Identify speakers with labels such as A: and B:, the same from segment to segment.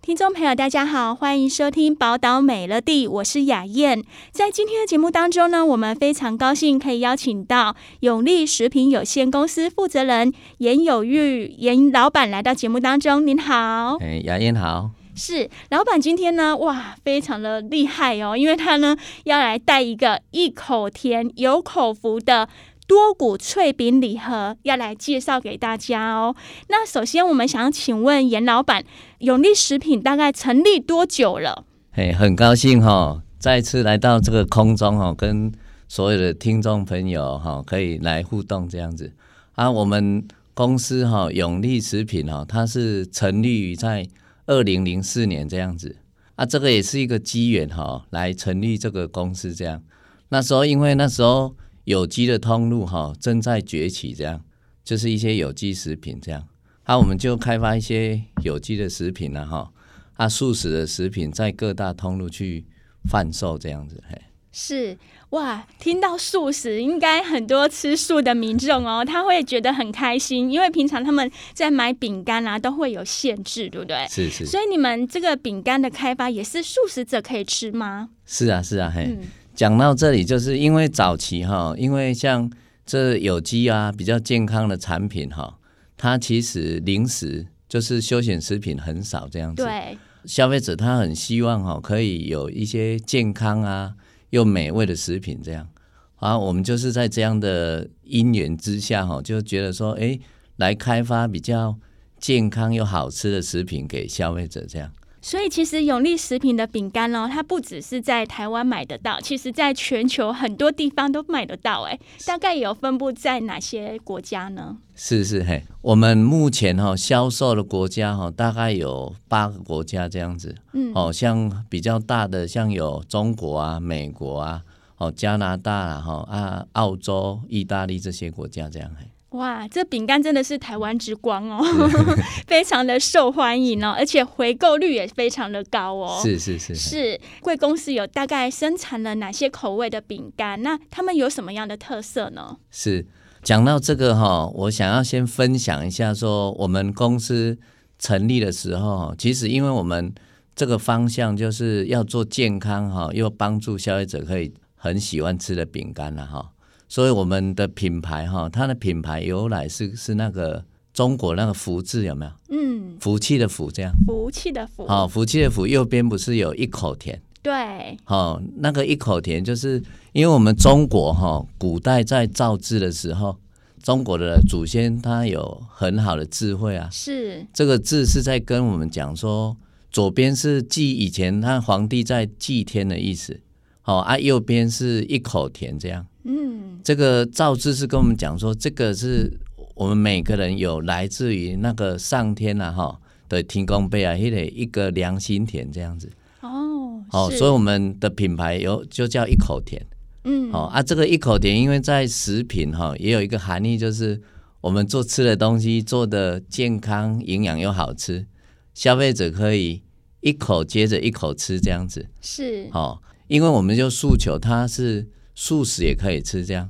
A: 听众朋友，大家好，欢迎收听《宝岛美乐蒂》，我是雅燕。在今天的节目当中呢，我们非常高兴可以邀请到永利食品有限公司负责人严有玉严老板来到节目当中。您好，
B: 哎，雅燕好，
A: 是老板今天呢，哇，非常的厉害哦，因为他呢要来带一个一口甜有口福的。多谷脆饼礼盒要来介绍给大家哦。那首先，我们想请问严老板，永利食品大概成立多久了？
B: 哎，很高兴哈、再次来到这个空中哈、跟所有的听众朋友哈、可以来互动这样子啊。我们公司哈、永利食品哈、它是成立于在二零零四年这样子啊，这个也是一个机缘哈、来成立这个公司这样。那时候因为那时候有机的通路哈、正在崛起，这样就是一些有机食品这样，啊，我们就开发一些有机的食品了、哈、啊，素食的食品在各大通路去贩售这样子。嘿，
A: 是哇，听到素食，应该很多吃素的民众哦，他会觉得很开心，因为平常他们在买饼干啊，都会有限制，对不对？
B: 是是
A: 所以你们这个饼干的开发也是素食者可以吃吗？
B: 是啊是啊，嘿，
A: 嗯
B: 讲到这里，就是因为早期哈，因为像这有机啊比较健康的产品哈，它其实零食就是休闲食品很少这样子。
A: 对，
B: 消费者他很希望哈、哦，可以有一些健康啊又美味的食品这样。啊，我们就是在这样的因缘之下哈、哦，就觉得说，哎，来开发比较健康又好吃的食品给消费者这样。
A: 所以其实永利食品的饼干哦，它不只是在台湾买得到，其实在全球很多地方都买得到。哎，大概有分布在哪些国家呢？
B: 是是嘿，我们目前哈、哦、销售的国家哈、哦、大概有八个国家这样子，嗯，哦，像比较大的像有中国啊、美国啊、哦加拿大啦、哈、啊澳洲、意大利这些国家这样嘿。
A: 哇，这饼干真的是台湾之光哦， 非常的受欢迎哦，而且回购率也非常的高哦。
B: 是是是，嘿
A: 是，贵公司有大概生产了哪些口味的饼干？那他们有什么样的特色呢？
B: 是。讲到这个哈、我想要先分享一下说，我们公司成立的时候，其实因为我们这个方向就是要做健康哈、又帮助消费者可以很喜欢吃的饼干了哈、所以我们的品牌哈、它的品牌由来是是那个中国那个福字有没有？
A: 嗯，
B: 福气的福这样，
A: 福气的福，
B: 好、福气的福右边不是有一口甜？
A: 对，
B: 哦，那个一口甜，就是因为我们中国哈、古代在造字的时候，中国的祖先他有很好的智慧啊。
A: 是，
B: 这个字是在跟我们讲说，左边是祭以前那皇帝在祭天的意思，哦啊，右边是一口甜这样。
A: 嗯，
B: 这个造字是跟我们讲说，这个是我们每个人有来自于那个上天啊哈、的天公杯啊，迄、个一个良心甜这样子。
A: 哦，
B: 哦，
A: 是
B: 所以我们的品牌有就叫一口甜。
A: 嗯，
B: 哦啊，这个一口甜，因为在食品哈、也有一个含义，就是我们做吃的东西做的健康、营养又好吃，消费者可以一口接着一口吃这样子。
A: 是，
B: 哦，因为我们就诉求它是素食也可以吃这样。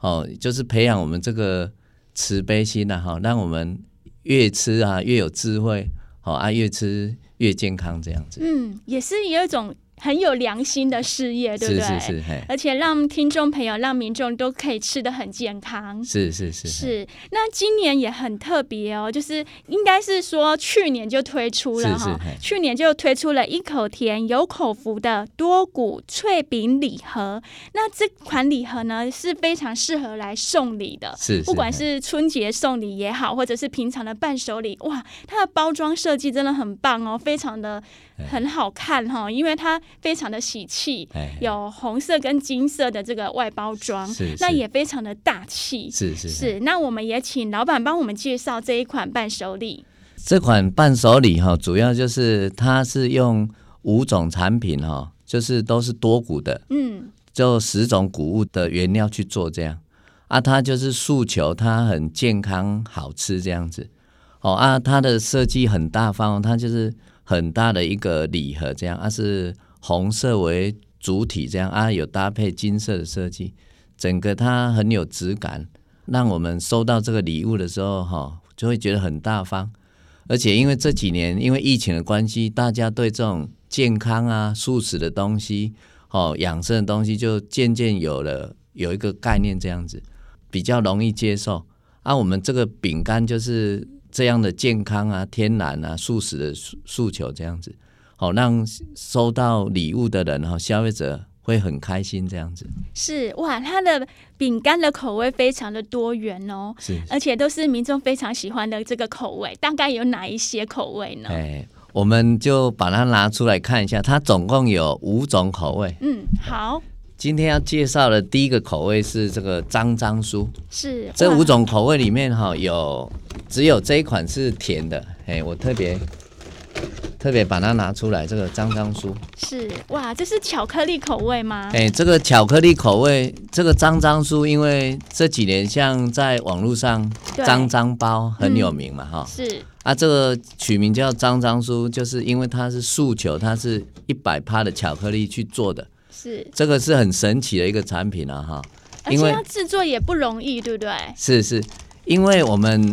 B: 哦，就是培养我们这个慈悲心啊，哈、让我们越吃啊越有智慧，好、哦、啊越吃越健康这样子。
A: 嗯，也是有一种很有良心的事业，对不
B: 是
A: 对？
B: 是是，嘿，
A: 而且让听众朋友、让民众都可以吃的很健康。
B: 是是是，嘿
A: 是，那今年也很特别哦，就是应该是说去年就推出了哈
B: 是是嘿，
A: 去年就推出了一口甜有口福的多谷脆饼礼盒。那这款礼盒呢是非常适合来送礼的，
B: 是是
A: 不管
B: 嘿
A: 是春节送礼也好，或者是平常的伴手礼，哇，它的包装设计真的很棒哦，非常的很好看哈、哦，因为它非常的喜气，
B: 哎，嘿
A: 有红色跟金色的这个外包装
B: 是，
A: 那
B: 是
A: 也非常的大气。
B: 是是是。
A: 是，那我们也请老板帮我们介绍这一款伴手礼。
B: 这款伴手礼哈、主要就是它是用五种产品哈、就是都是多股的，
A: 嗯
B: 就十种谷物的原料去做这样啊，它就是诉求它很健康好吃这样子哦啊，它的设计很大方哦，它就是很大的一个礼盒这样啊，是红色为主体这样啊，有搭配金色的设计，整个它很有质感，让我们收到这个礼物的时候哈、就会觉得很大方。而且因为这几年因为疫情的关系，大家对这种健康啊、素食的东西，哦，养生的东西就渐渐有了有一个概念，这样子比较容易接受。啊，我们这个饼干就是这样的健康啊、天然啊、素食的诉诉求这样子，好、让收到礼物的人哈、哦，消费者会很开心这样子。
A: 是哇，它的饼干的口味非常的多元哦，
B: 是
A: 而且都是民众非常喜欢的这个口味。大概有哪一些口味呢？
B: 哎，我们就把它拿出来看一下，它总共有五种口味。
A: 嗯，好，
B: 今天要介绍的第一个口味是这个张张酥，
A: 是
B: 这
A: 哇
B: 五种口味里面哈、有只有这一款是甜的，哎，我特别特别把它拿出来，这个张张酥，
A: 是哇，这是巧克力口味吗？
B: 哎，这个巧克力口味，这个张张酥，因为这几年像在网络上
A: 对
B: 张张包很有名嘛哈、
A: 是
B: 啊，这个取名叫张张酥，就是因为它是诉求它是一百趴的巧克力去做的，
A: 是，
B: 这个是很神奇的一个产品啊哈。
A: 而
B: 因
A: 且
B: 为哦
A: 要制作也不容易，对不对？
B: 是是，因为我们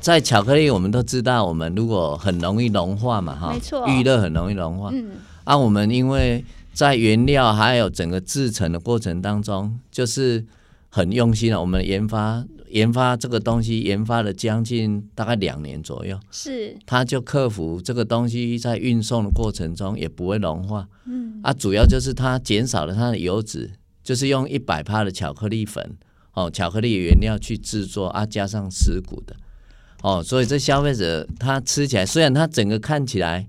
B: 在巧克力，我们都知道，我们如果很容易融化嘛，哈，
A: 没错
B: 预热很容易融化。
A: 嗯，
B: 啊，我们因为在原料还有整个制成的过程当中，就是很用心了。啊我们研发研发这个东西，研发了将近大概两年左右，
A: 是
B: 它就克服这个东西在运送的过程中也不会融化。嗯，啊，主要就是它减少了它的油脂，就是用一百帕的巧克力粉哦，巧克力原料去制作啊，加上石谷的哦，所以这消费者他吃起来，虽然它整个看起来，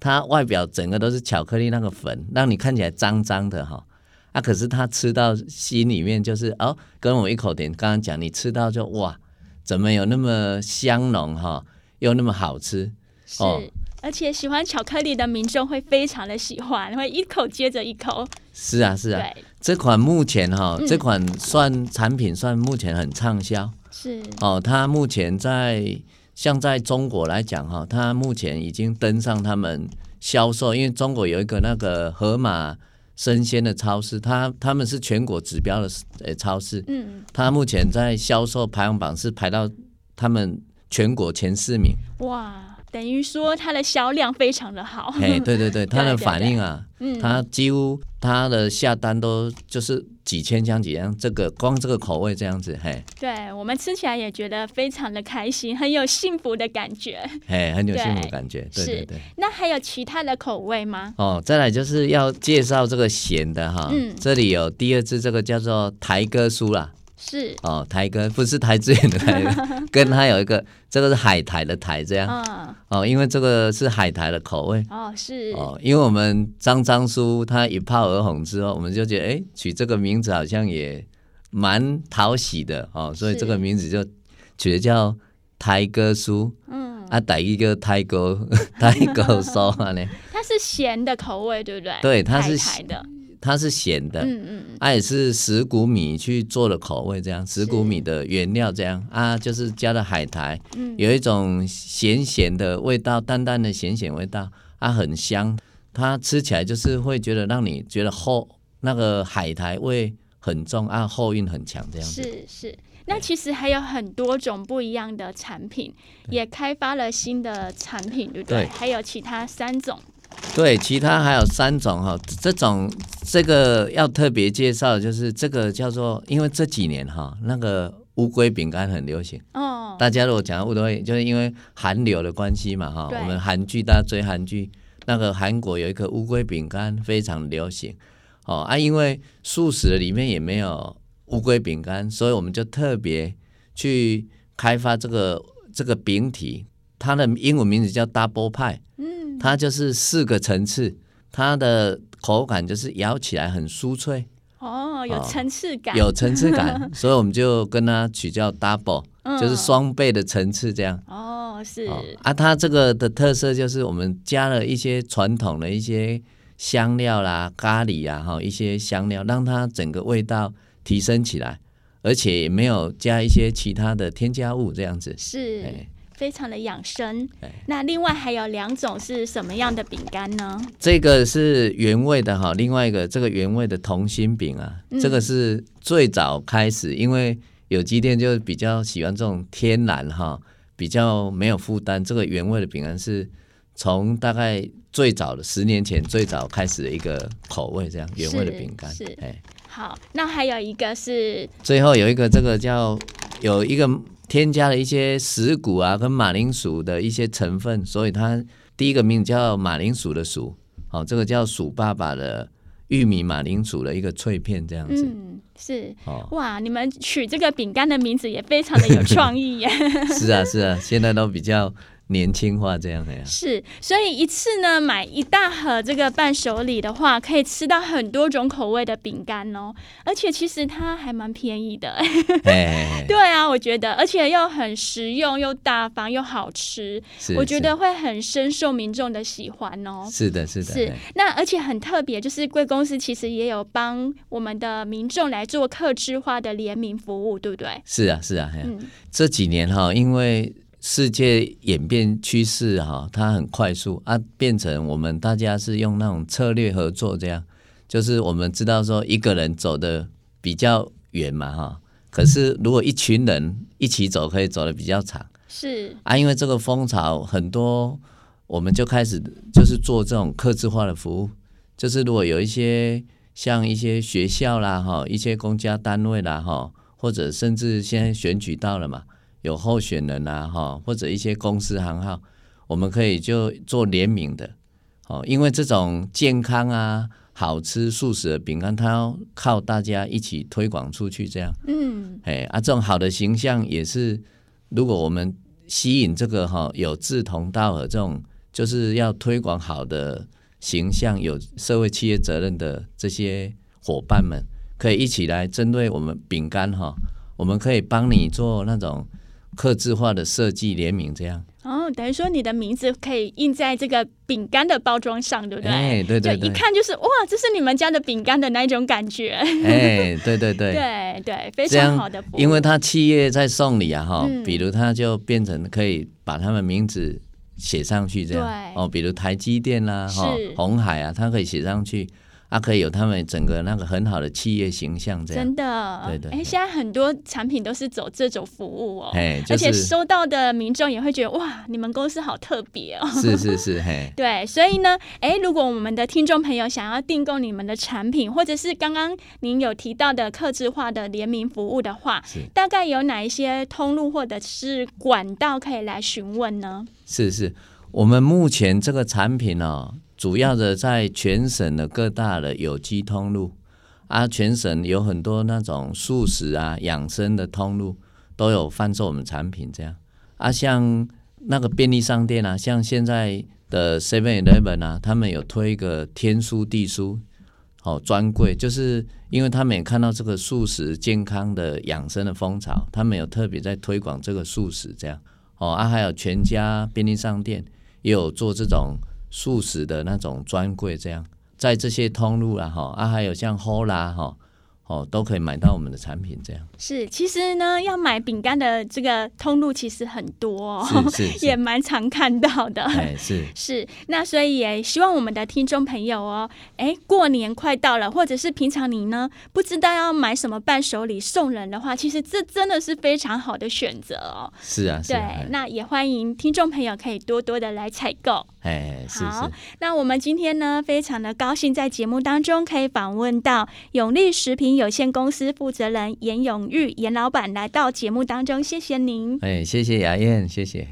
B: 它外表整个都是巧克力那个粉，让你看起来脏脏的哈、啊，可是他吃到心里面就是哦，跟我一口点刚刚讲，你吃到就哇，怎么有那么香浓哈、又那么好吃，
A: 是。
B: 哦
A: 而且喜欢巧克力的民众会非常的喜欢，会一口接着一口。
B: 是啊是啊，
A: 对，
B: 这款目前哈、
A: 嗯
B: 这款算产品算目前很畅销
A: 是
B: 哦，它目前在像在中国来讲哈、它目前已经登上他们销售，因为中国有一个那个盒马生鲜的超市，它他们是全国指标的呃超市，
A: 嗯，
B: 它目前在销售排行榜是排到他们全国前四名。
A: 哇，等于说它的销量非常的 好。
B: 哎，对对对，它的
A: 对对
B: 反应啊，
A: 嗯
B: 它几乎它的下单都就是几千箱几箱，这个光这个口味这样子，嘿，
A: 对我们吃起来也觉得非常的开心，很有幸福的感觉。
B: 嘿，很有幸福
A: 对
B: 感觉，对对
A: 是
B: 对。
A: 那还有其他的口味吗？
B: 哦，再来就是要介绍这个咸的哈，
A: 嗯
B: 这里有第二支这个叫做台哥酥啦，
A: 是，
B: 哦，台哥不是台资源的 台哥，跟它有一个这个是海苔的苔这样，
A: 嗯，
B: 哦，因为这个是海苔的口味，
A: 哦，是，
B: 哦，因为我们张张叔他一炮而红之后，我们就觉得哎，诶取这个名字好像也蛮讨喜的哦，所以
A: 是
B: 这个名字就取的叫台哥叔
A: 嗯，
B: 啊，逮一个台哥 台哥叔啊呢，
A: 它是咸的口味，对不对？
B: 对它
A: 海
B: 是
A: 苔的，
B: 它是咸的，
A: 嗯嗯嗯，
B: 啊也是石谷米去做的口味，这样石谷米的原料这样啊，就是加了海苔，
A: 嗯
B: 有一种咸咸的味道，淡淡的咸咸味道，啊很香，它吃起来就是会觉得让你觉得后那个海苔味很重啊，后韵很强这样子。
A: 是是。那其实还有很多种不一样的产品，也开发了新的产品，对不对？
B: 对
A: 还有其他三种，
B: 对，其他还有三种哈、这种这个要特别介绍的就是这个叫做，因为这几年哈、那个乌龟饼干很流行。
A: 哦，
B: 大家如果讲到乌龟，就是因为韩流的关系嘛，哈，
A: 对
B: 我们韩剧大家追韩剧，那个韩国有一个乌龟饼干非常流行，哦啊，因为素食的里面也没有乌龟饼干，所以我们就特别去开发这个这个饼体，它的英文名字叫 Double Pie，
A: 嗯，
B: 它就是四个层次，它的口感就是咬起来很酥脆，
A: 哦，有
B: 哦
A: 层次感，
B: 有 层次感，所以我们就跟它取叫 Double，
A: 嗯
B: 就是双倍的层次这样。
A: 哦，哦，是
B: 哦啊，它这个的特色就是我们加了一些传统的一些香料啦、咖喱啊，哈、一些香料，让它整个味道提升起来，而且也没有加一些其他的添加物这样子。
A: 是。
B: 哎
A: 非常的养生
B: 哎。
A: 那另外还有两种是什么样的饼干呢？
B: 这个是原味的哈，另外一个这个原味的同心饼啊，
A: 嗯
B: 这个是最早开始，因为有机店就比较喜欢这种天然哈，比较没有负担。这个原味的饼干是从大概最早的十年前最早开始的一个口味，这样原味的饼干。
A: 是
B: 哎，
A: 好，那还有一个是
B: 最后有一个这个叫有一个添加了一些石谷啊跟马铃薯的一些成分，所以它第一个名叫马铃薯的薯，好、这个叫薯爸爸的玉米马铃薯的一个脆片这样子。
A: 嗯是。
B: 哦，
A: 哇，你们取这个饼干的名字也非常的有创意 耶！
B: 是啊，是啊，现在都比较年轻化这样的呀。
A: 是，所以一次呢买一大盒这个伴手礼的话，可以吃到很多种口味的饼干哦，而且其实它还蛮便宜的。
B: 哎，
A: 对啊，我觉得，而且又很实用，又大方，又好吃，
B: 是，
A: 我觉得会很深受民众的喜欢哦。
B: 是的，是的，
A: 是
B: 哎，
A: 那而且很特别，就是贵公司其实也有帮我们的民众来做客制化的联名服务，对不对？
B: 是啊，是啊，哎呀
A: 嗯，
B: 这几年哈，因为世界演变趋势哈，它很快速啊，变成我们大家是用那种策略合作这样，就是我们知道说一个人走的比较远嘛哈，可是如果一群人一起走，可以走的比较长
A: 是
B: 啊。因为这个风潮很多，我们就开始就是做这种客制化的服务，就是如果有一些像一些学校啦哈，一些公家单位啦哈，或者甚至现在选举到了嘛，有候选人啦哈，或者一些公司行号，我们可以就做联名的哦，因为这种健康啊、好吃素食的饼干，它要靠大家一起推广出去，这样，
A: 嗯，
B: 哎啊，这种好的形象也是，如果我们吸引这个哈、有志同道合这种，就是要推广好的形象、有社会企业责任的这些伙伴们，可以一起来针对我们饼干哈、我们可以帮你做那种刻制化的设计联名，这样，
A: 然后哦等于说你的名字可以印在这个饼干的包装上，对不对？
B: 哎，对对
A: 就一
B: 对，
A: 看就是哇，这是你们家的饼干的那一种感觉，
B: 哎，对对对。
A: 对对，非
B: 这
A: 常
B: 样
A: 好的服，务，
B: 因为他企业在送礼啊，哈、
A: 嗯
B: 比如他就变成可以把他们名字写上去，这样
A: 对
B: 哦，比如台积电啦、哈
A: 是、
B: 红海啊，他可以写上去，啊，可以有他们整个那个很好的企业形象，这样，
A: 真的，
B: 对对
A: 哎，
B: 对
A: 现在很多产品都是走这种服务哦，
B: 哎，
A: 而
B: 就
A: 且
B: 是
A: 收到的民众也会觉得哇，你们公司好特别哦。
B: 是是是，嘿，
A: 对，所以呢，诶，如果我们的听众朋友想要订购你们的产品，或者是刚刚您有提到的客制化的联名服务的话
B: 是，
A: 大概有哪一些通路或者是管道可以来询问呢？
B: 是是，我们目前这个产品哦，主要的在全省的各大的有机通路啊，全省有很多那种素食啊、养生的通路都有贩售我们产品这样啊，像那个便利商店啊，像现在的 Seven Eleven 啊，他们有推一个天书地书。哦，专柜就是因为他们也看到这个素食健康的养生的风潮，他们有特别在推广这个素食这样。哦啊，还有全家便利商店也有做这种素食的那种专柜，这样在这些通路啦哈啊，还有像 Hola 哈哦都可以买到我们的产品，这样
A: 是，其实呢，要买饼干的这个通路其实很多、哦，
B: 是 是
A: 也
B: 是，
A: 蛮常看到的。
B: 哎是
A: 是，那所以也希望我们的听众朋友哦，哎，过年快到了，或者是平常你呢不知道要买什么伴手礼送人的话，其实这真的是非常好的选择哦。
B: 是啊是
A: 对，
B: 啊，哎
A: 那也欢迎听众朋友可以多多的来采购。
B: 哎是
A: 好
B: 是，
A: 那我们今天呢，非常的高兴在节目当中可以访问到永利食品有限公司负责人严永玉严老板来到节目当中，谢谢您。
B: 哎谢谢雅燕，谢谢。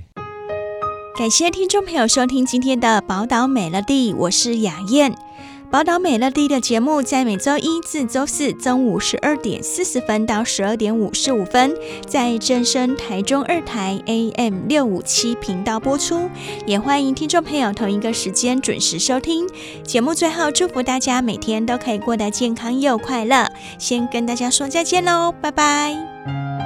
C: 感谢听众朋友收听今天的《宝岛美乐蒂》，我是雅燕。《宝岛美乐蒂》的节目在每周一至周四中午十二点四十分到十二点五十五分，在正声台中二台 AM 六五七频道播出，也欢迎听众朋友同一个时间准时收听。节目最后祝福大家每天都可以过得健康又快乐。先跟大家说再见喽，拜拜。